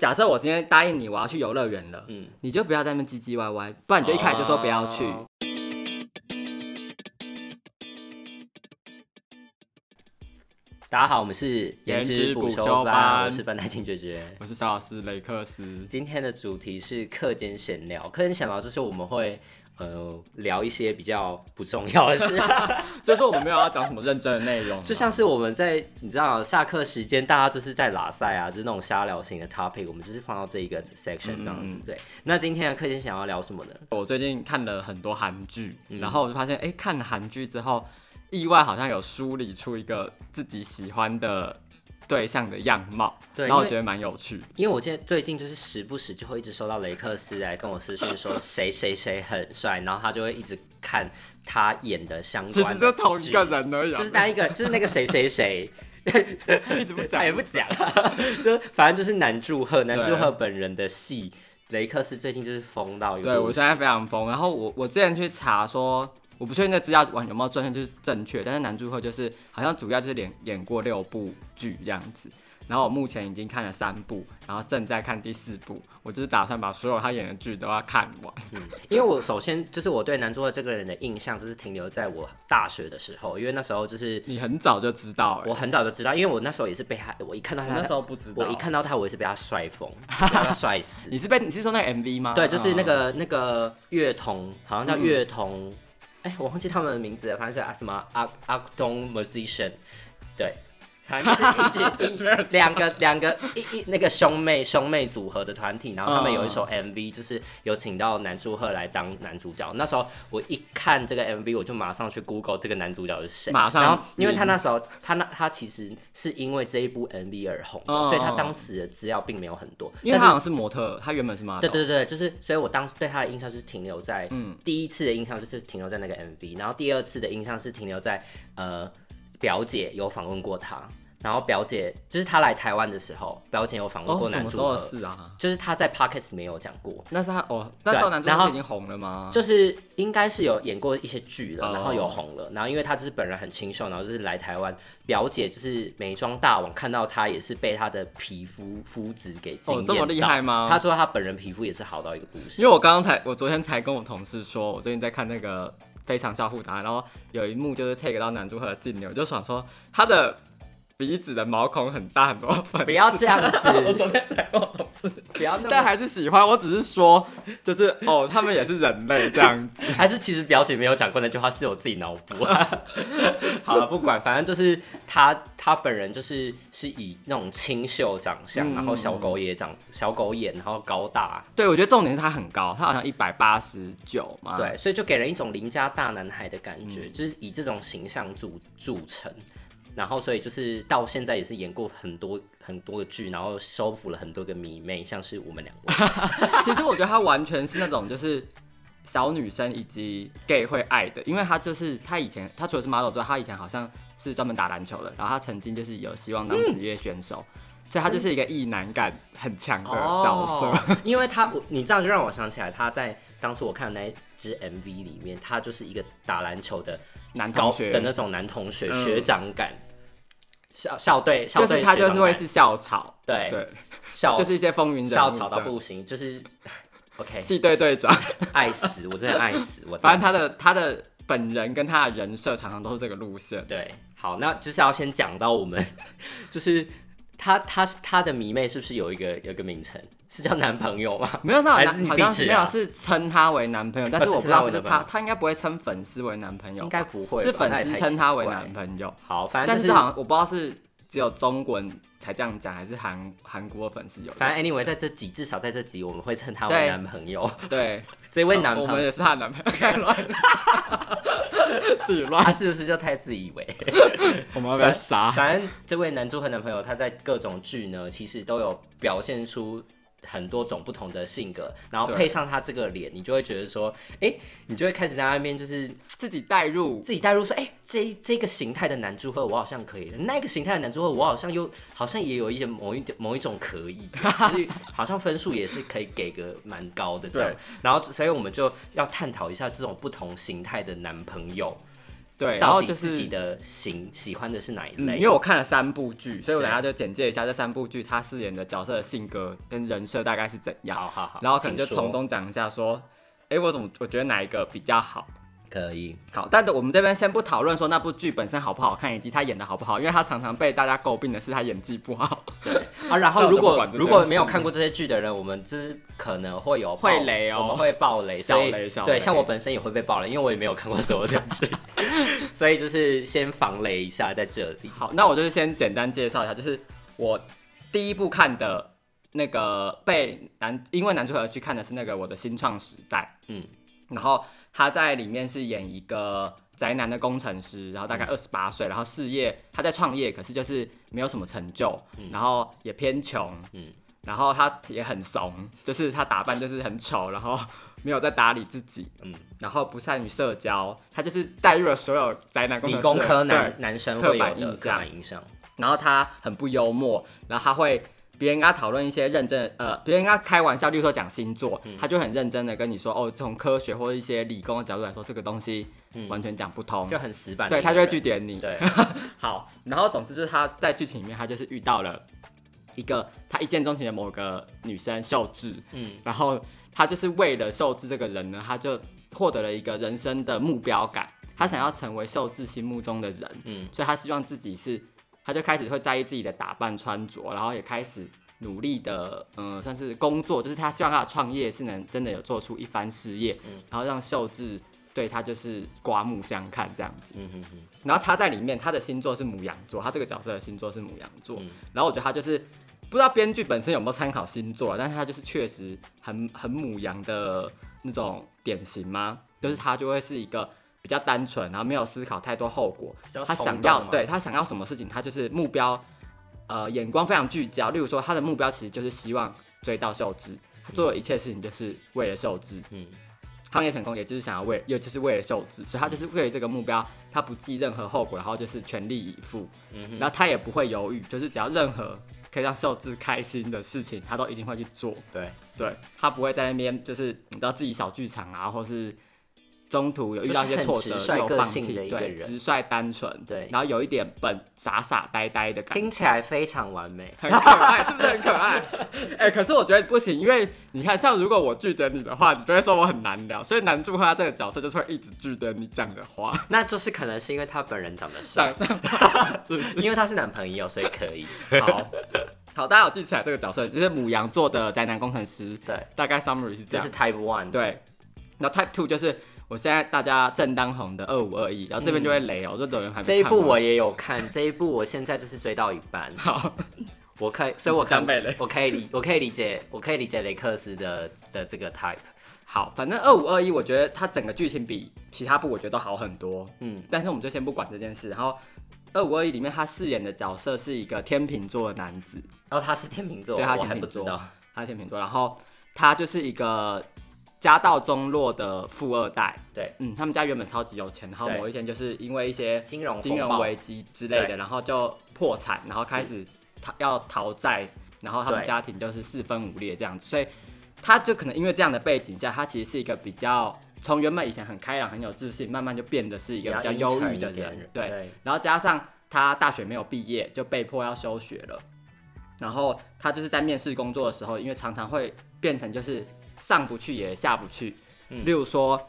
假设我今天答应你我要去游乐园了，嗯，你就不要在那边唧唧歪歪，不然你就一开始就说不要去。哦大家好，我们是颜值补补修修班，班我是范太金绝绝。我是小老师雷克 斯，今天的主题是课间闲聊，课间闲聊就是我们会呃聊一些比较不重要的 事，就是我们没有要讲什么认真的内容啊，就像是我们在你知道下课时间大家就是在拉塞啊，就是那种瞎聊型的 topic，我们只是放到这一个 section 这嗯样子对。那今天的课间想要聊什么呢？我最近看了很多韩剧，然后我就发现，哎、看了韩剧之后，意外好像有梳理出一个自己喜欢的对象的样貌，对然后因为我觉得蛮有趣的。因为我现在最近就是时不时就会一直收到雷克斯来跟我私讯说谁谁谁很帅，然后他就会一直看他演的相关的其剧。实就同一个人而已、啊，就是那一个，就是那个谁谁谁， 一直哎不他讲，也不讲，就反正就是南柱赫，南柱对赫本人的戏，雷克斯最近就是疯到有对我多现在非常疯。然后我我之前去查说，我不确定这资料完有没有正确，就是正确。但是男主角就是好像主要就是演演过六部剧这样子。然后我目前已经看了三部，然后正在看第四部。我就是打算把所有他演的剧都要看完。因为我首先就是我对南柱赫这个人的印象就是停留在我大学的时候，因为那时候就是你很早就知道、欸，我很早就知道，因为我那时候也是被他，我一看到他，那时候不知道，我一看到他，我也是被他 帅疯，被他帅死。你是被你是说那个 MV 吗？嗯对，就是那个、那个乐童，好像叫乐童，哎、我忘记他们的名字了，反正是啊什么阿阿东 musician，对，反正就是 一起一两个两个一一那个兄妹兄妹组合的团体，然后他们有一嗯首 MV，就是有请到男主赫来当男主角。那时候我一看这个 MV，我就马上去 Google 这个男主角是谁，马上然后因为他那时候他那他其实是因为这一部 MV 而红的，嗯所以他当时的资料并没有很多，因为但是他好像是模特，他原本是 model。对对对，就是，所以我当时对他的印象就是停留在，嗯第一次的印象就是停留在那个 MV，然后第二次的印象是停留在，呃，表姐有访问过他，然后表姐就是他来台湾的时候，表姐有访问过哦，什男么时主候角，的事啊？就是他在 Pockets 里面有讲过，那是他哦，那时候男主然后角已经红了吗？就是应该是有演过一些剧了，啊哦然后有红了，然后因为他就是本人很清秀，然后就是来台湾，表姐就是美妆大王看到他也是被他的皮肤肤质给惊哦，艳这么厉害到吗？他说他本人皮肤也是好到一个不行。因为我刚刚才，我昨天才跟我同事说，我最近在看那个《非常校妇答案》，然后有一幕就是 take 到男主角的镜牛，我就想说他的鼻子的毛孔很大很多粉， 不要这样子， 我昨天才跟我同事，不要那但么。还是喜欢。我只是说，就是哦，他们也是人类这样子。还是其实表姐没有讲过那句话，是我自己脑补、啊。好了，不管，反正就是她，她本人就是是以那种清秀长相，嗯然后小狗眼长小狗眼，然后高大， 对，我觉得重点是他很高，他好像一百八十九嘛。对，所以就给人一种邻家大男孩的感觉，嗯就是以这种形象著著称。然后，所以就是到现在也是演过很多很多的剧，然后收服了很多个迷妹，像是我们两位。其实我觉得他完全是那种就是小女生以及 gay 会爱的，因为他就是他以前他除了是 model 之外，他以前好像是专门打篮球的，然后他曾经就是有希望当职业选手，所以他就是一个意难感很强的角色。嗯哦、因为他我你这样就让我想起来，他在当初我看的那一支 MV 里面，他就是一个打篮球的男高同学的那种男同学、嗯学长感，校校队校就队是他学长就是会感是校草，对对，校就是一些风云人物校草到这样不行，就是 OK 系队队长， 爱死我真的爱死我真的，反正他 的他的本人跟他的人设常常都是这个路线。对，好，那就是要先讲到我们，就是他他他的迷妹是不是有一个有一个名称是叫男朋友吗？没有，那还是你好自己像是取没有啊是称他为男朋友，但是我不知道是不是称他为男他，朋友他应该不会称粉丝为男朋友吧，应该不会吧是粉丝称他为那也太男朋友。好，反正但就是是这好像我不知道是只有中国人才这样讲，还是韩韩国粉丝有这样。反正 anyway，在这集至少在这集我们会称他为对男朋友， 对，哦这位男我们朋友也是她的男朋友，开乱，自己乱，啊他是不是就太自以为？我们要被杀。反正这位男主和男朋友他在各种剧呢，其实都有表现出。很多种不同的性格，然后对配上他这个脸，你就会觉得说，哎、你就会开始在那边就是 自己带入，自己带入说，哎、这这个形态的男主和我好像可以了，那个形态的男主和我好像又好像也有一些某一点某一种可以，就是好像分数也是可以给个蛮高的这样对。然后，所以我们就要探讨一下这种不同形态的男朋友。对，然到后底就自己是。的型喜欢的是哪一嗯，类？因为我看了三部剧，所以我等下就简介一下这三部剧他饰演的角色的性格跟人设大概是怎样，好好好，然后可能就请从说中讲一下说，哎、我怎么我觉得哪一个比较好？可以，好，但我们这边先不讨论说那部剧本身好不好看，以及他演的好不好，因为他常常被大家诟病的是他演技不好，啊，然那后我如就不果管这如件果事没有看过这些剧的人，我们就是可能会有会爆雷哦我们会爆雷，所以小雷小对，雷像我本身也会被爆雷，因为我也没有看过所有的 剧，所以就是先防雷一下在这里。好，那我就是先简单介绍一下，就是我第一部看的那个被男因为男主角而去看的是那个我的新创时代，嗯，然后他在里面是演一个宅男的工程师，然后嗯大概二十八岁，然后事业他在创业，可是就是没有什么成就，然后也偏穷，嗯然后他也很怂，就是他打扮就是很丑，然后没有在打理自己，嗯，然后不善于社交，他就是带入了所有宅男工程理师工的科对男男生刻会有板的印刻象板印象，然后他很不幽默，然后他会别人跟他讨论一些认真的呃，别人跟他开玩笑，例如说讲星座，嗯他就很认真的跟你说，哦，从科学或者一些理工的角度来说，这个东西完全讲不通，嗯就很死板的对一个他人。就会去点你。 对，好，然后总之就是他在剧情里面，他就是遇到了一个他一见钟情的某个女生秀智，嗯，然后他就是为了秀智这个人呢，他就获得了一个人生的目标感，他想要成为秀智心目中的人，嗯嗯，所以他希望自己是，他就开始会在意自己的打扮穿着，然后也开始努力的，嗯、算是工作，就是他希望他的创业是能真的有做出一番事业，然后让秀智对他就是刮目相看这样子。嗯哼哼，然后他在里面，他的星座是母羊座，他这个角色的星座是母羊座。嗯然后我觉得他就是不知道编剧本身有没有参考星座啊，但是他就是确实很很母羊的那种典型吗？嗯就是他就会是一个比较单纯，然后没有思考太多后果，比较他想冲动要嘛对他想要什么事情，他就是目标，呃，眼光非常聚焦。例如说，他的目标其实就是希望追到秀智，他做的一切事情就是为了秀智。嗯创业成功，也就是想要为，也就是为了受制，所以他就是为了这个目标，他不计任何后果，然后就是全力以赴，嗯哼，然后他也不会犹豫，就是只要任何可以让受制开心的事情，他都一定会去做。对，对他不会在那边就是你知道自己小剧场啊，或是中途有遇到一些就是很挫直折率又个放性弃的一，个对，人直率单纯，对然后有一点本傻傻呆呆的感觉。听起来非常完美。很可 爱，是不是很可爱？哎、可是我觉得不行，因为你看，像如果我拒绝你的话，你就会说我很难聊，所以男主他这个角色就是会一直拒绝你讲的话，那就是可能是因为他本人长得帅讲，上 是不是？因为他是男朋友，所以可 以。好好，大家有记起来这个角色，就是母羊座的宅男工程师，对，大概 summary 是这这样是。Type One。对，然后 Type Two 就是我现在大家正当红的二五二一，然后这边就会雷哦，这种人还没这一看部完我也有看，这一部我现在就是追到一半，好，我可以，所以我可张贝雷我可以理，我可以理解，我可以理解雷克斯的的这个 type，好，反正二五二一，我觉得它整个剧情比其他部我觉得都好很多。嗯，但是我们就先不管这件事。然后二五二一里面他饰演的角色是一个天秤座的男子，然后他是天秤座，对他我天还不秤知座道，他是天秤座，然后他就是一个家道中落的富二代。对，嗯，他们家原本超级有钱，然后对某一天就是因为一些金融金风融暴，危机之类对的，然后就破产，然后开始逃要逃债，然后他们对家庭就是四分五裂这样子，所以他就可能因为这样的背景下，他其实是一个比较从原本以前很开朗、很有自信，慢慢就变得是一个比较阴沉忧郁的一点人，对。对，然后加上他大学没有毕业，就被迫要休学了。然后他就是在面试工作的时候，因为常常会变成就是上不去也下不去。嗯例如说，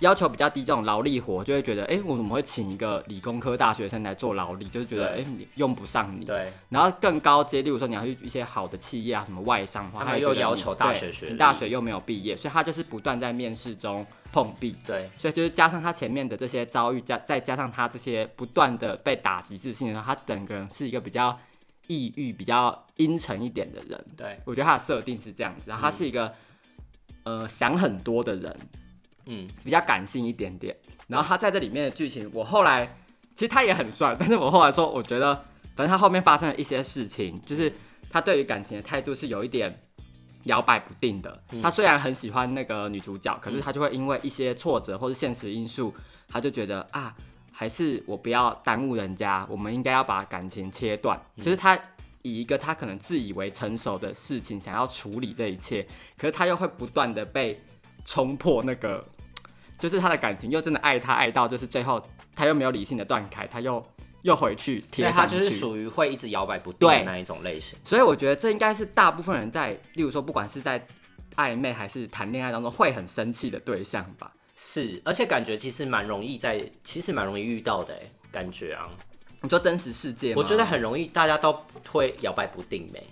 要求比较低这种劳力活，就会觉得，哎，我怎么会请一个理工科大学生来做劳力？就是觉得，对哎，你用不上你。对，然后更高阶，例如说你要去一些好的企业啊，什么外商的话，他们会又觉得要你求大对学学你历大学又没有毕业，所以他就是不断在面试中碰壁。对，所以就是加上他前面的这些遭遇，加再加上他这些不断的被打击自信的时候，他整个人是一个比较抑郁、比较阴沉一点的人。对，我觉得他的设定是这样子，然后他是一个、呃想很多的人，嗯，比较感性一点点。然后他在这里面的剧情，我后来其实他也很帅， 但是我后来说，我觉得反正他后面发生了一些事情，就是他对于感情的态度是有一点摇摆不定的。嗯他虽然很喜欢那个女主角，可是他就会因为一些挫折或是现实因素，他就觉得啊，还是我不要耽误人家，我们应该要把感情切断。嗯就是他以一个他可能自以为成熟的事情想要处理这一切，可是他又会不断的被冲破那个，就是他的感情又真的爱他爱到就是最后他又没有理性的断开，他又又回去所贴以上它去。就是属于会一直摇摆不定的对那一种类型。所以我觉得这应该是大部分人在，例如说不管是在暧昧还是谈恋爱当中会很生气的对象吧。是，而且感觉其实蛮容易在，其实蛮容易遇到的欸，感觉啊，你说真实世界吗？我觉得很容易，大家都会摇摆不定没、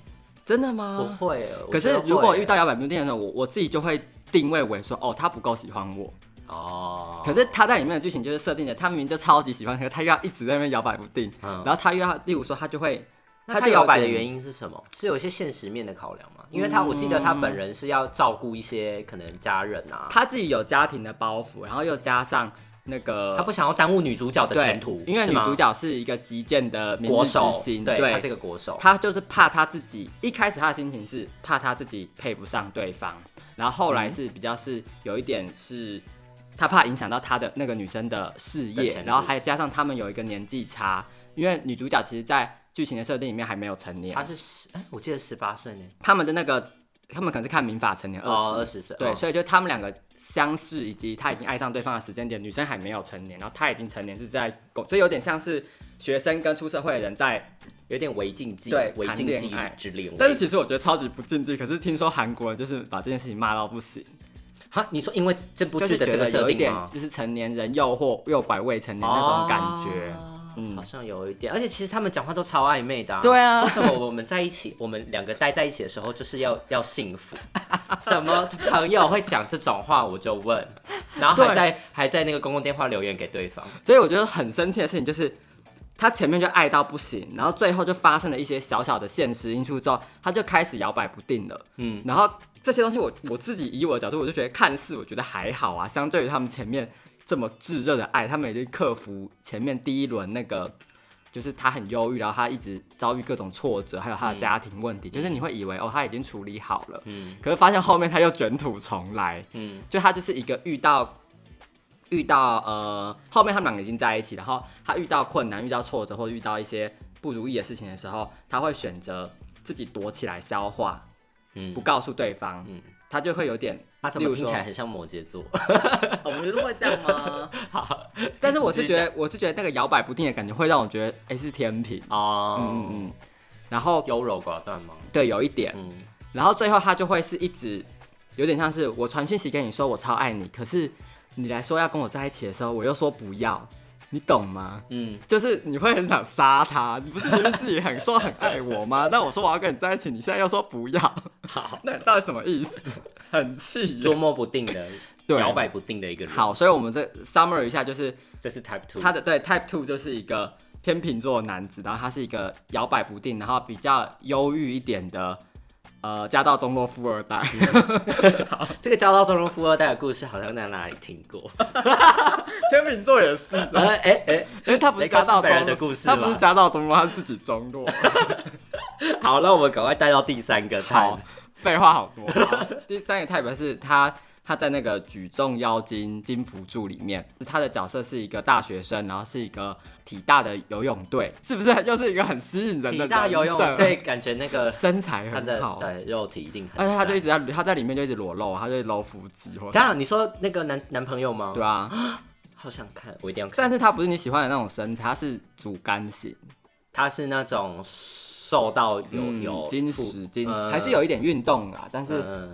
真的不吗？会欸。我可是觉得如果会欸遇到摇摆不定的时候，我我自己就会定位为说，哦，他不够喜欢我。哦，可是他在里面的剧情就是设定的，他明明就超级喜欢，可是他又要一直在那边摇摆不定，嗯然后他又要，例如说他就会，那他就摇摆的因。原因是什么？是有一些现实面的考量吗？因为他我记得他嗯本人是要照顾一些可能家人啊，他自己有家庭的包袱，然后又加上那个他不想要耽误女主角的对前途，因为是女吗主角是一个击剑的明国日之手，星，对，他是一个国手，他就是怕他自己一开始他的心情是怕他自己配不上对方，然后后嗯来是比较是有一点是。他怕影响到他的那个女生的事的业前，途然后还加上他们有一个年纪差，因为女主角其实，在剧情的设定里面还没有成年他，是十，哎，我记得十八岁呢，他们的那个，他们可能是看民法成年二十、哦，二十岁，对，哦所以就他们两个相识，以及他已经爱上对方的时间点，女生还没有成年，然后他已经成年是在工，所以有点像是学生跟出社会的人在。有点违禁忌，对违谈禁恋忌爱之恋。但是其实我觉得超级不禁忌，可是听说韩国人就是把这件事情骂到不行，哈，你说因为这部就剧是的觉这得个设有一定点吗？就是成年人诱惑诱拐未成年那种感觉。嗯，嗯好像有一点，而且其实他们讲话都超暧昧的、啊。对啊说什么我们在一起， 我们两个待在一起的时候就是要 要幸福，什么朋友会讲这种话，我就问，然后还对在还在那个公共电话留言给对方，所以我觉得很生气的事情就是，他前面就爱到不行，然后最后就发生了一些小小的现实因素之后，他就开始摇摆不定了。嗯嗯，然后这些东西我我自己以我的角度，我就觉得看似我觉得还好啊，相对于他们前面这么炙热的爱，他们已经克服前面第一轮那个。就是他很忧郁，然后他一直遭遇各种挫折，还有他的家庭问题。就是你会以为哦，他已经处理好了，嗯可是发现后面他又卷土重来，嗯，就他就是一个遇到遇到呃后面他们两个已经在一起，然后他遇到困难、遇到挫折或者遇到一些不如意的事情的时候，他会选择自己躲起来消化，嗯不告诉对方，嗯他就会有点。他怎例么如听说 起来很像摩羯座？我们就是会这样吗？但是我是觉得，我是觉得那个摇摆不定的感觉会让我觉得，哎、是天平。哦，嗯嗯嗯。然后优柔寡断吗？对，有一点，嗯，然后最后他就会是一直有点像是我传讯息给你说我超爱你，可是你来说要跟我在一起的时候，我又说不要，你懂吗？嗯，就是你会很想杀他，你不是觉得自己很说很爱我吗？ 那我说我要跟你在一起，你现在又说不要，好， 那你到底什么意思？很气捉耶。摸不定的，对摇摆不定的一个人。，好，所以我们这 summary 一下，就是这是 Type Two。他的对 Type Two 就是一个天秤座的男子，然后他是一个摇摆不定，然后比较忧郁一点的，呃，家道中落富二代。这个交到中中富二代的故事好像在哪里听过？ 天秤座也是，哎哎哎， 因为他不是砸到雷克斯本人中的故事吧他不是砸到中落，他是自己中 落。好，那我们赶快带到第三个。好，，废话好多。好第三个 type 是他，他在那个举重妖精金福柱里面，他的角色是一个大学生，然后是一个体大的游泳队，是不是又是一个很吸引人的体大人游泳设，队感觉那个身材他很的好。对肉体一定而很赞。且他就一直在他在里面就一直裸露，他就搂腹肌或当然你说那个男男朋友吗？对，啊，好想看，我一定要看。但是他不是你喜欢的那种身材，他是主干型，他是那种受到有嗯有金负石金石，呃还是有一点运动啊，但是嗯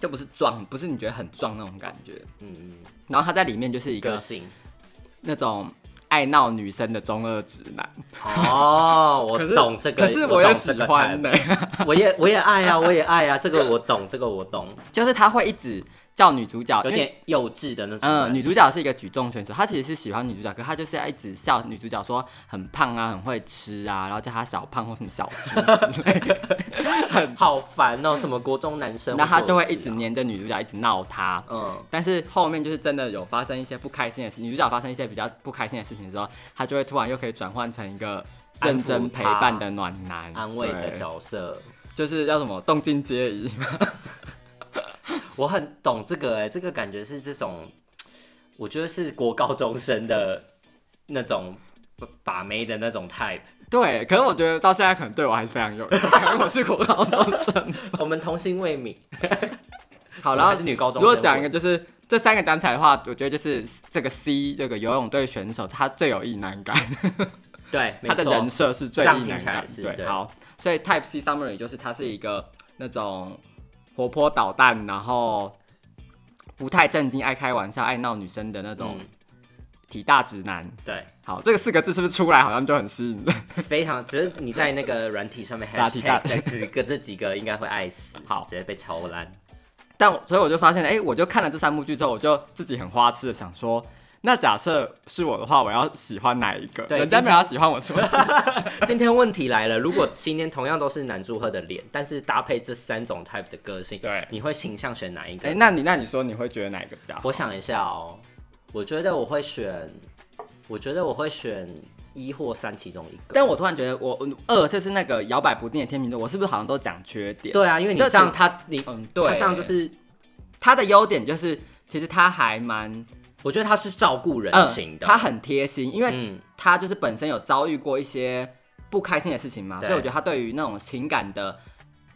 就不是壮，不是你觉得很壮那种感觉。嗯然后他在里面就是一一个个性。 那种爱闹女生的中二直男，哦，我懂这个，可是我也懂喜这个欢 type 呢、我也我也爱啊，我也爱啊，这个我懂，这个我懂， 就是他会一直叫女主角，有因为点幼稚的那种嗯，人。女主角是一个举重选手，她其实是喜欢女主角，可她就是要一直笑女主角说很胖啊，很会吃啊，然后叫她小胖或什么小 猪之类的，好烦哦，什么国中男生，那她就会我一直做的事啊黏着女主角，一直闹她。嗯。但是后面就是真的有发生一些不开心的事，女主角发生一些比较不开心的事情的时候，她就会突然又可以转换成一个安抚认真陪伴的暖男，安慰的对角色，就是叫什么动静皆宜。我很懂这个哎、这个感觉是这种，我觉得是国高中生的那种把妹的那种 type。对，可是我觉得到现在可能对我还是非常有用，可能我是国高中生。我们童心未泯， 好，我然后哦还是女高中如生。果讲一个就是这三个讲起来的话，我觉得就是这个 C 这个游泳队选手他最有意难感，对，没他的错人设是最这样意听难起来感。是对，对好，所以 Type C summary 就是他是一个那种活泼捣蛋，然后不太正经、爱开玩笑、爱闹女生的那种嗯体大直男。对，好，这个四个字是不是出来好像就很吸引人？非常，只是你在那个软体上面 打体大 hashtag 这几个这几个应该会爱死，好直接被超烂。 但我所以我就发现，哎、我就看了这三部剧之后，我就自己很花痴的想说，那假设是我的话，我要喜欢哪一个？对人家没有要喜欢我什么？今天问题来了，如果今天同样都是男祝贺的脸，但是搭配这三种 type 的个 性，对你会倾向选哪一个？哎、那你那你说你会觉得哪一个比较好？我想一下哦，我觉得我会选，我觉得我会选一或三其中一个。但我突然觉得我，我二就是那个摇摆不定的天秤座，我是不是好像都讲缺点？，对啊，因为你这这样是他你嗯，对，他这样就是，他的优点就是，其实他还蛮我觉得他是照顾人嗯型的，他很贴心，因为嗯他就是本身有遭遇过一些不开心的事情嘛，对所以我觉得他对于那种情感的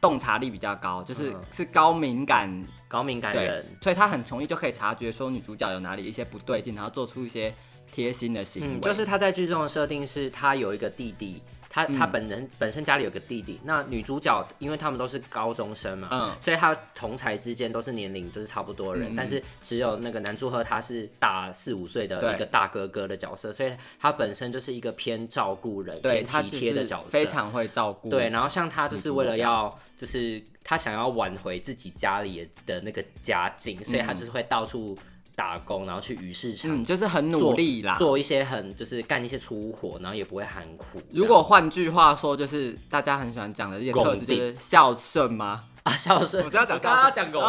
洞察力比较高，就是嗯是高敏感高敏感对人，，所以他很容易就可以察觉说女主角有哪里一些不对劲，然后做出一些贴心的行为。嗯，就是他在剧中的设定是他有一个弟弟，他嗯他本人、本身家里有个弟弟。那女主角因为他们都是高中生嘛，嗯所以他同才之间都是年龄都是差不多的人，嗯但是只有那个男祝贺他是大四五岁的对一个大哥哥的角色，所以他本身就是一个偏照顾人、对偏他体贴的角色，非常嗯会照顾。对，，然后像他就是女主为了角要，嗯就是他想要挽回自己家里的那个家境，所以他就是会到处打工，然后去鱼市场嗯，就是很努力啦。做一些很就是干一些粗活，然后也不会含苦。如果换句话说，就是大家很喜欢讲的一些特质，巩俐就是孝顺吗？这样啊，孝顺，我是要讲刚刚讲狗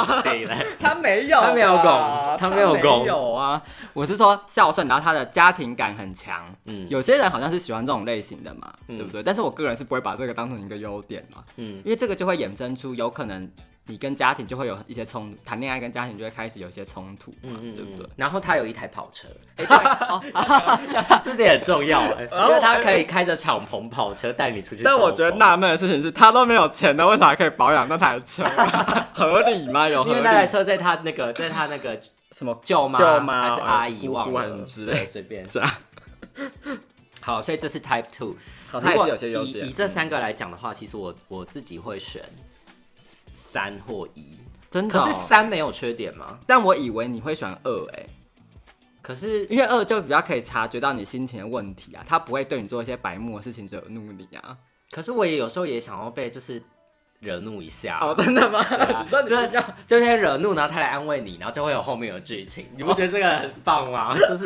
对嘞，他没有啊他没有吧拱他没有拱没有啊。我是说孝顺，然后他的家庭感很强。嗯有些人好像是喜欢这种类型的嘛，嗯对不对？但是我个人是不会把这个当成一个优点嘛，嗯，因为这个就会衍生出有可能你跟家庭就会有一些冲突，谈恋爱跟家庭就会开始有一些冲突嘛，嗯嗯，对不对？？然后他有一台跑车，哎、 对哦这点很 重要哎，因为他可以开着敞篷跑车带你出去。但我觉得，纳闷的事情是，他都没有钱了，为啥可以保养那台 车？合理吗？有合因为理那台车在他那 个，在他那个什么？舅妈、舅妈呃还是阿姨姑姑忘还是什了么之类对 随便。是啊，好，所以这是 Type Two。好，如哦他也果是有些优以以点。嗯这三个来讲的话，其实我我自己会选三或一。真的、可哦，是三没有缺点吗？但我以为你会选二哎、可是因为二就比较可以察觉到你心情的问题啊，他不会对你做一些白目的事情惹怒你啊。可是我也有时候也想要被就是惹怒一下， 啊哦，真的吗？这就先惹怒，然后他来安慰你，然后就会有后面有剧情。你不觉得这个很 棒吗？就是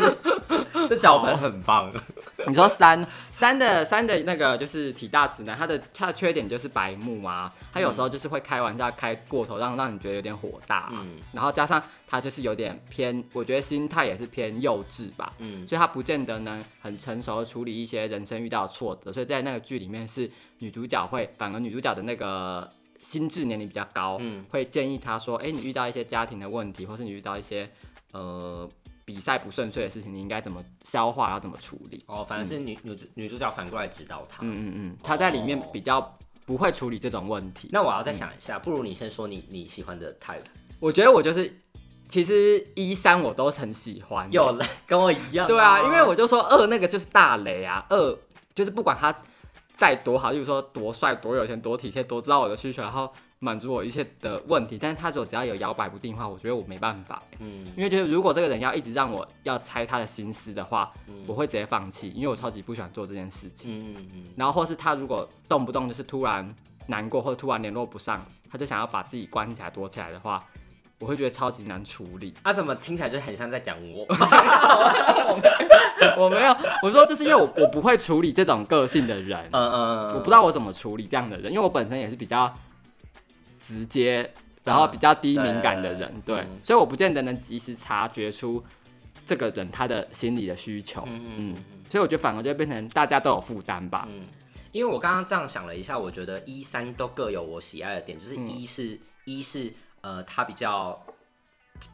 这脚本很棒。哦你说三三的三的那个就是体大直男，他的他的缺点就是白目啊，他有时候就是会开玩笑开过头，让让你觉得有点火大、啊。嗯然后加上他就是有点偏，我觉得心态也是偏幼稚吧，嗯，所以他不见得能很成熟的处理一些人生遇到的挫折，所以在那个剧里面是女主角会，反而女主角的那个心智年龄比较高，嗯会建议他说，哎、你遇到一些家庭的问题，或是你遇到一些呃比赛不顺遂的事情，你应该怎么消化，然后怎么处理？哦，反正是女女主女主角反过来指导他。嗯嗯嗯，他在里面哦比较不会处理这种问题。那我要再想一下，嗯不如你先说你你喜欢的 type。我觉得我就是，其实一三我都很喜欢，欸有了，跟我一样。对啊，因为我就说二那个就是大雷啊，二就是不管他再多好，例如说多帅、多有钱、多体贴、多知道我的需求，然后满足我一切的问题，但是他如果只要有摇摆不定的话，我觉得我没办法，嗯因为就是如果这个人要一直让我要猜他的心思的话，我会直接放弃，因为我超级不喜欢做这件事情。嗯嗯嗯，然后或是他如果动不动就是突然难过，或者突然联络不上，他就想要把自己关起来、躲起来的话，我会觉得超级难处 理。啊，怎么听起来就很像在讲 我？我没有，我说就是因为我我不会处理这种个性的人，嗯嗯，我不知道我怎么处理这样的人，因为我本身也是比较直接，然后比较低敏感的人，嗯对嗯对，所以我不见得能及时察觉出这个人他的心理的需求，嗯嗯所以我觉得反而就变成大家都有负担吧。嗯，因为我刚刚这样想了一下，我觉得一三都各有我喜爱的点，就是一是、一是呃，他比较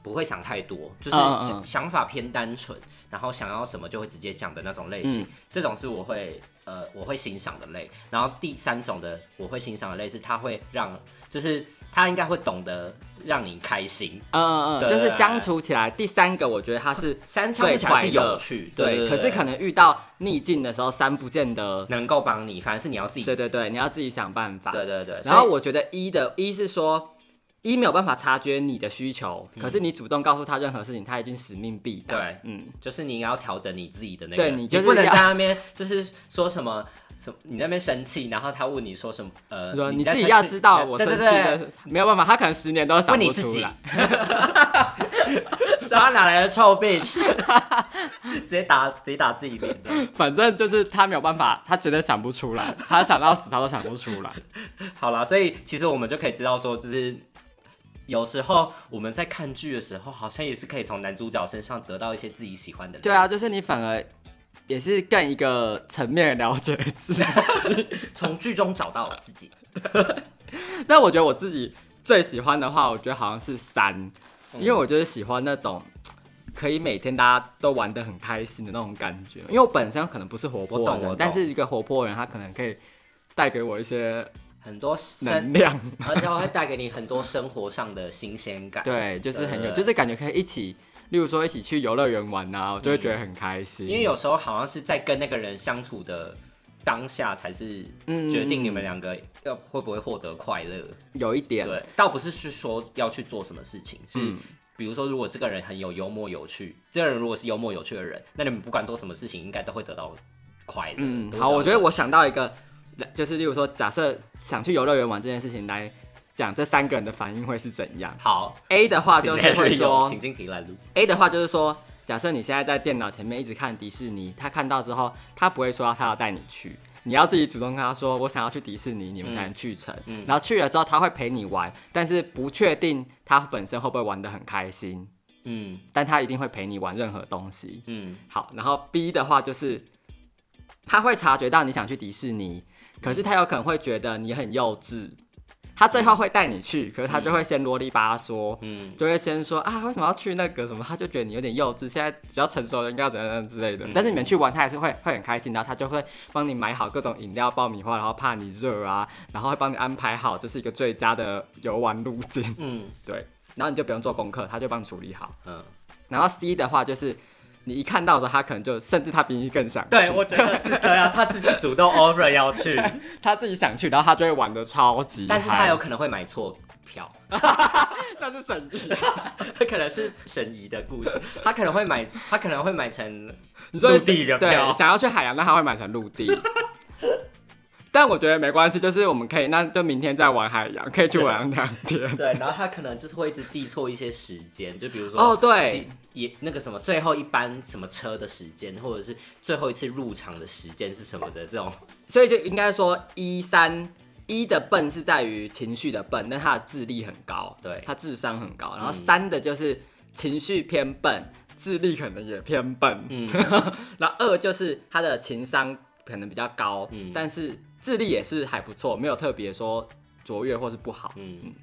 不会想太多，就是嗯嗯嗯想想法偏单纯，然后想要什么就会直接讲的那种类型，嗯这种是我会呃我会欣赏的类。然后第三种的我会欣赏的类是，他会让就是。他应该会懂得让你开心。嗯嗯，对就是相处起来，第三个我觉得他是三相最处起来快是有乐，趣，对对。可是可能遇到逆境的时候，三不见得，能够帮你，反正是你要自己。对对对，你要自己想办法。对对对然后所以我觉得一的一是说，一没有办法察觉你的需求，可是你主动告诉他任何事情，他已经使命必达。嗯对嗯，就是你要调整你自己的那个，对你就是不能要在那边就是说什么什么，你在那边生气，然后他问你说什么，呃，他说你在自己生要气知道我对生对气对的，没有办法，他可能十年都想问你不自出己 来。然后哪来的臭 bitch，直接打直接打自己脸的，反正就是他没有办法，他真的想不出来，他想到死他都想不出来。好啦，所以其实我们就可以知道说，就是有时候我们在看剧的时候，好像也是可以从男主角身上得到一些自己喜欢的东西。对啊，就是你反而也是更一个层面了解自己。 从剧中找到自己。但我觉得我自己最喜欢的话，我觉得好像是三，因为我就是喜欢那种可以每天大家都玩得很开心的那种感觉。因为我本身可能不是活我泼懂的我懂人，但是一个活泼的人，他可能可以带给我一些很多生，能量。 而且会带给你很多生活上的新鲜感。 对，就是很有，对就是感觉可以一起，例如说一起去游乐园玩啊，我就会觉得很开心。因为有时候好像是在跟那个人相处的当下，才是嗯决定你们两个要会不会获得快乐。有一点，对，倒不是是说要去做什么事情，是、嗯比如说，如果这个人很有幽默有趣，这个人如果是幽默有趣的人，那你们不管做什么事情，应该都会得到快乐。嗯，都会好，得到我觉得我想到一个，就是例如说，假设想去游乐园玩这件事情来讲，这三个人的反应会是怎样好。 ？A 的话就是 会 Scenario，说情境题来录， ，A 的话就是说，假设你现在在电脑前面一直看迪士尼，他看到之后，他不会说他要带你去。你要自己主动跟他说，我想要去迪士尼，你们才能去成。然后去了之后，他会陪你玩，但是不确定他本身会不会玩得很开心，嗯但他一定会陪你玩任何东西。嗯，好，然后 B 的话就是他会察觉到你想去迪士尼，可是他有可能会觉得你很幼稚，他最后会带你去，可是他就会先啰里吧嗦。嗯就会先说啊，为什么要去那个什么？他就觉得你有点幼稚，现在比较成熟了，应该要怎样怎样之类的。但是你们去玩，他还是会会很开心，然后他就会帮你买好各种饮料、爆米花，然后怕你热啊，然后会帮你安排好，这是一个最佳的游玩路径。嗯 对，然后你就不用做功课，他就帮你处理好。嗯，然后 C 的话就是，你一看到的时候，他可能就甚至他比你更想去，对，我觉得是这样，他自己主动 offer 要去，他自己想去，然后他就会玩的超级嗨，但是他有可能会买错票， 但是省力，可能是神移的故事，他可能会买，他可能会买成你说陆地的票对，想要去海洋，那他会买成陆地。 但我觉得没关系，就是我们可以，那就明天再玩海洋，可以去玩两 天。对，然后他可能就是会一直记错一些时间，就比如说哦对记，也那个什么最后一班什么车的时间，或者是最后一次入场的时间是什么的这种，所以就应该说一三一的笨是在于情绪的笨，但他的智力很高，对他智商很高。然后嗯三的就是情绪偏笨，智力可能也偏笨， 嗯，那二就是他的情商可能比较高，嗯但是智力也是还不错，没有特别说卓越或是不好。嗯，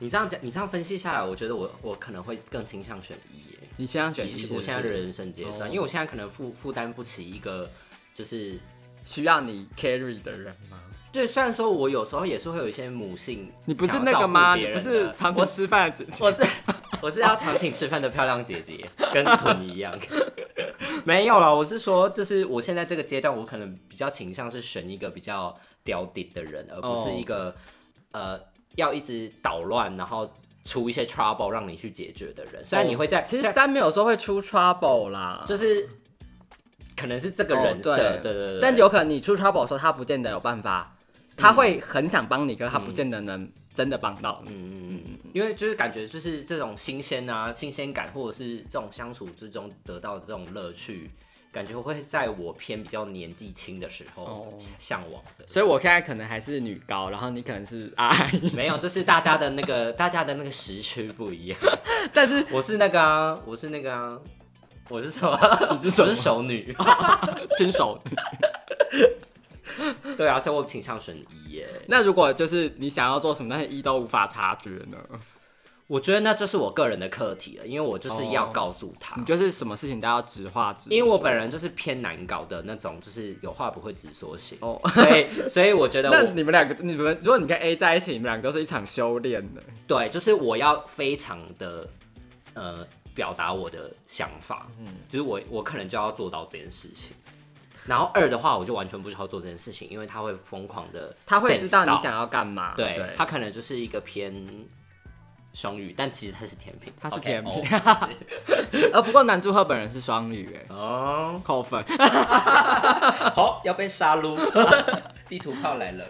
你这样讲，你这样分析下来，我觉得我我可能会更倾向选一耶。你现在选以一，我现在的是不是人生阶段，哦因为我现在可能负负担不起一个，就是需要你 carry 的人吗？对，虽然说我有时候也是会有一些母性，你不是那个吗？你别不人是的常我常吃饭的姐姐我是我是要常请吃饭的漂亮姐姐，跟臀一样。 没有啦，我是说，就是我现在这个阶段，我可能比较倾向是选一个比较屌顶的人，而不是哦一个、呃要一直捣乱，然后出一些 trouble 让你去解决的人。虽然你会在，哦其虽实然三没有说会出 trouble 啦，就是可能是这个人设，哦对对对，但有可能你出 trouble 的时候，他不见得有办法，他会很想帮你，可是他不见得能真的帮到你。嗯嗯嗯，因为就是感觉就是这种新鲜啊、新鲜感，或者是这种相处之中得到的这种乐趣，感觉会在我偏比较年纪轻的时候哦向往的。所以我现在可能还是女高，然后你可能是阿姨， 没有，就是大家的那个 大家的那个时区不一样。 但是我是那个啊，我是那个啊，我是什么？ 你是什我么是熟女。 亲 手对啊，所以我倾向选一耶。那如果就是你想要做什么，但是一都无法察觉呢？我觉得那就是我个人的课题了，因为我就是要告诉他。你就是什么事情都要直话直说，因为我本人就是偏难搞的那种，就是有话不会直说型， 哦所以所以我觉 得那我你们两个，你们如果你跟 A 在一起，你们两个都是一场修炼的。对，就是我要非常的呃表达我的想法，嗯，就是我我可能就要做到这件事情。然后二的话，我就完全不需要做这件事情，因为他会疯狂的，他会知道你，想要干嘛，对对，他可能就是一个偏双语，但其实他是甜品，他是甜品 OK，呃，不过男主赫本人是双语， 哎，哦，扣分。哦 好要被杀戮， 地图炮来了。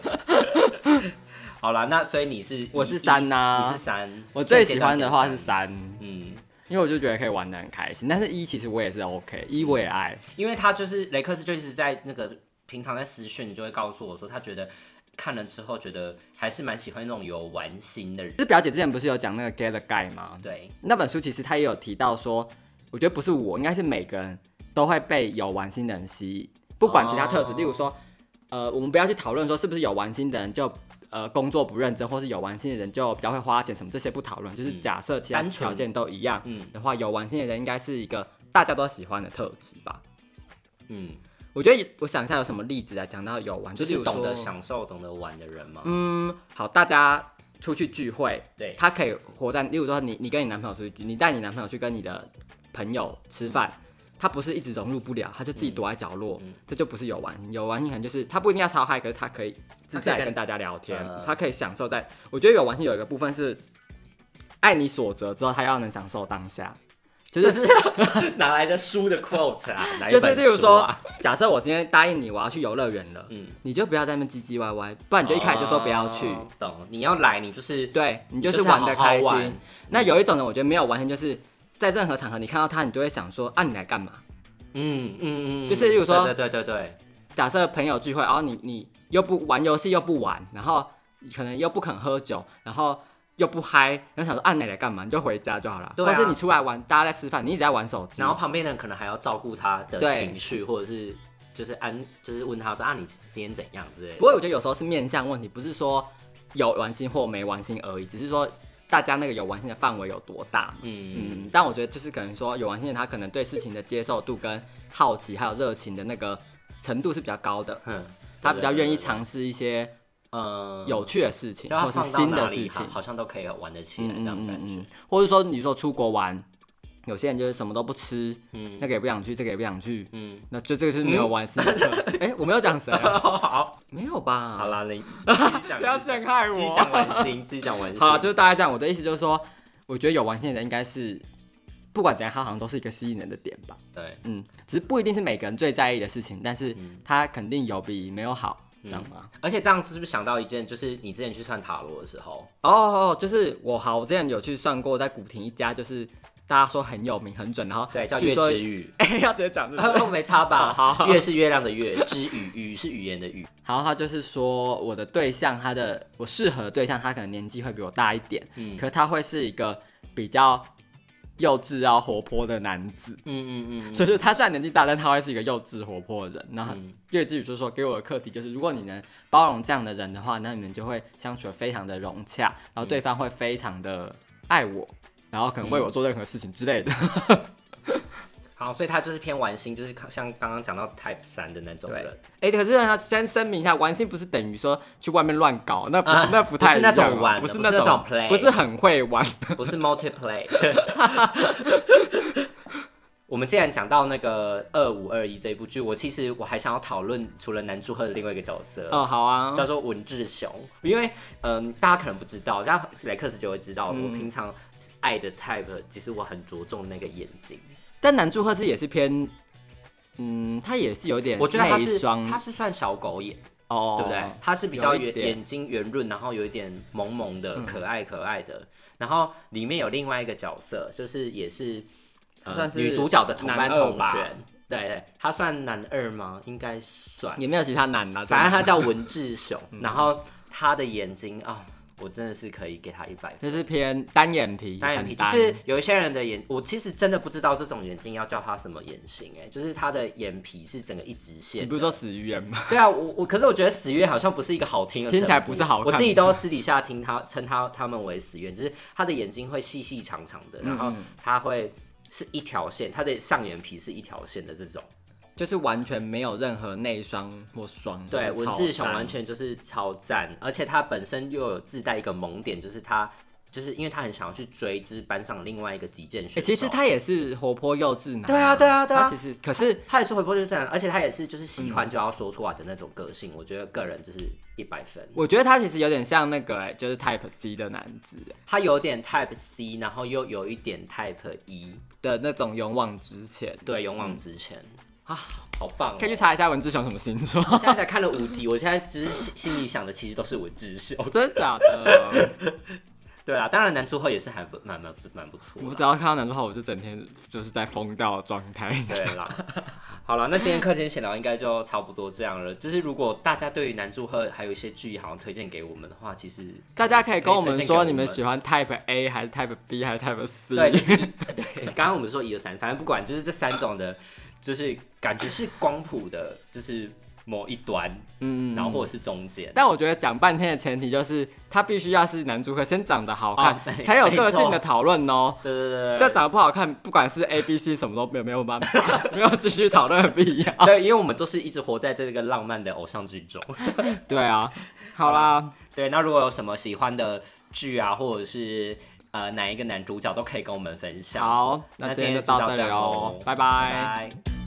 好啦，那所以你是我是一三呐你是三，我最喜欢的话是三，嗯，因为我就觉得可以玩的很开心。但是一其实我也是 OK，一我也爱，因为他就是雷克斯，就一直在那个平常在私讯就会告诉我说，他觉得看了之后觉得还是蛮喜欢那种有玩心的人。就是表姐之前不是有讲那个 Get the Guy 吗？对，那本书其实他也有提到说，我觉得不是我，应该是每个人都会被有玩心的人吸引，不管其他特质。哦例如说，呃，我们不要去讨论说是不是有玩心的人就呃工作不认真，或是有玩心的人就比较会花钱什么，这些不讨论。就是嗯假设其他单纯条件都一样嗯的话，有玩心的人应该是一个大家都喜欢的特质吧。嗯，我觉得我想一下有什么例子来讲到有玩，就例是如说懂得享受、懂得玩的人嘛。嗯，好，大家出去聚会，对他可以活在，例如说你你跟你男朋友出去聚，你带你男朋友去跟你的朋友吃饭，他不是一直融入不了，他就自己躲在角落，嗯这就不是有玩性，有玩性可能就是他不一定要超嗨，可是他可以自他可以在跟跟大家聊天，呃他可以享受在，我觉得有玩性有一个部分是爱你所择之后，他要能享受当下，就是 是 哪来的书的 quote 啊？哪一就是本例如书说啊，假设我今天答应你我要去游乐园了，嗯你就不要在那边唧唧歪歪，不然你就一开始就说不要去。哦懂？你要来，你就是对你就就是是要玩的好好开心。玩那有一种人，我觉得没有完全就是在任何场合你看到他，你就会想说啊，你来干嘛？嗯嗯嗯，就是例如说对对对对对，假设朋友聚会，然后你你又不玩游戏又不玩，然后可能又不肯喝酒，然后又不嗨，然后想说啊，你来干嘛？你就回家就好了。对啊或是你出来玩，大家在吃饭，你一直在玩手机，然后旁边的人可能还要照顾他的对情绪，或者是就是安，就是问他说啊，你今天怎样之类的不。过我觉得有时候是面向问题，不是说有玩心或没玩心而已，只是说大家那个有玩心的范围有多大。嗯，嗯，但我觉得就是可能说有玩心的他可能对事情的接受度跟好奇还有热情的那个程度是比较高的，哼他比较愿意，对对对对尝试一些呃，有趣的事情、就他或是放到新哪的里事好情，好像都可以玩得起来嗯那嗯种感嗯觉嗯。，或者说你说出国玩，有些人就是什么都不吃，嗯那个也不想去，这个也不想去，嗯，那就这个就是没有玩心的特 质。哎，我没有讲谁啊， 好，没有好吧？ 啦，你不不要自陷害己我讲。完心，自己讲完心。好啦，就是大概这样。我的意思就是说，我觉得有玩心的人应该是，不管怎样，他好像都是一个吸引人的点吧。对，嗯，只是不一定是每个人最在意的事情，但是嗯他肯定有比没有好，知道吗？而且这样是不是想到一件，就是你之前去算塔罗的时候，哦，就是我好，我之前有去算过，在古亭一家，就是大家说很有名、很准，然后对，叫据月说。之语 哎、要直接讲是不是？ 没差 吧？好好月是月亮的月，之语语是语言的语。然后他就是说，我的对象，他的我适合的对象，他可能年纪会比我大一点，嗯可他会是一个比较幼稚啊、活泼的男子。嗯嗯嗯所以就是他虽然年纪大，但他会是一个幼稚活泼的人。然后嗯岳志宇就说，给我的课题就是，如果你能包容这样的人的话，那你们就会相处的非常的融洽，然后对方会非常的爱我，然后可能为我做任何事情之类 的。好，所以他就是偏玩心，就是像刚刚讲到 Type 三的那种对人，哎、可是他先声明一下，玩心不是等于说去外面乱搞，那不是、那不太不是那一样种哦玩的不是不那是那种 play 不是很会玩。不是 multiplay。我们既然讲到那个二五二一这一部剧，我其实我还想要讨论除了男主和的另外一个角色，哦，好啊，叫做文志雄，因为嗯，大家可能不知道，像雷克斯就会知道，嗯我平常爱的 type 其实我很着重那个眼睛，但男祝贺是也是偏，嗯，他也是有点我觉得他内是双他是算小狗眼，哦，对不对？它是比较有一圆点嗯眼睛圆润，然后有一点萌萌的、可爱可爱的。然后里面有另外一个角色，就是也是、呃算是女主角的同班男二同吧学，对对，他算男二吗？应该算，嗯也没有其他难啊，反真正的他叫文志雄，然后他的眼睛啊、我真的是可以给他一百分。就是偏单眼皮，单眼皮很就单是有一些人的眼，我其实真的不知道这种眼睛要叫它什么眼型、哎，就是他的眼皮是整个一直你线不。是说死鱼眼吗？ 对啊，我我可是我觉得死月好像不是一个好听的称呼，听起来不是好看我自己都私底下听他称他他们为死月，就是他的眼睛会细细长长的，然嗯后他会是一条线，他的上眼皮是一条线的这种。 就是完全没有任何内双或双。对，就是文嗯超志雄单完全就是超赞，而且他本身又有自带一个萌点，就是他就是因为他很想要去追，就是班上另外一个击剑选手。欸其实他也是活泼幼稚男。对啊对啊对啊他其实可是嗯他也是回波就是这样，而且他也是就是喜欢就要说出来的那种个性，我觉得个人就是一百分。我觉得他其实有点像那个、欸，就是 Type C 的男子他有点 Type C，然后又有一点 Type E 一，的那种勇往直前。对，勇往直前、啊，好棒、哦！可以去查一下文志雄什么星 座，我现在才看了五集，我现在只是心心里想的其实都是我智秀。真的假的？ 对啊，当然男主后也是还不蛮蛮蛮不错我 啦。只要看到男的话，我就整天就是在疯掉的状态。对啦，好了，那今天课间闲聊应该就差不多这样了。就是如果大家对于男祝贺还有一些剧好像推荐给我们的话，其实大家可以跟我们推荐给说你们喜欢 Type A 还是 Type B 还是 Type C。对就是一对，刚刚我们说一二三，反正不管，就是这三种的， 就是感觉是光谱的，就是某一端，嗯，然后或者是中间。但我觉得讲半天的前提就是，他必须要是男主角先长得好看，哦没才有个没性错的讨论哦。对对对这对对样长得不好看，不管是 A、B、C 什么都没有没有办 法，没有继续讨论的必要。对，因为我们都是一直活在这个浪漫的偶像剧中。 对啊，好啦，对，那如果有什么喜欢的剧啊，或者是呃哪一个男主角，都可以跟我们分享。好，那那今天今天就就到到这这里里喽喽，拜拜拜。拜。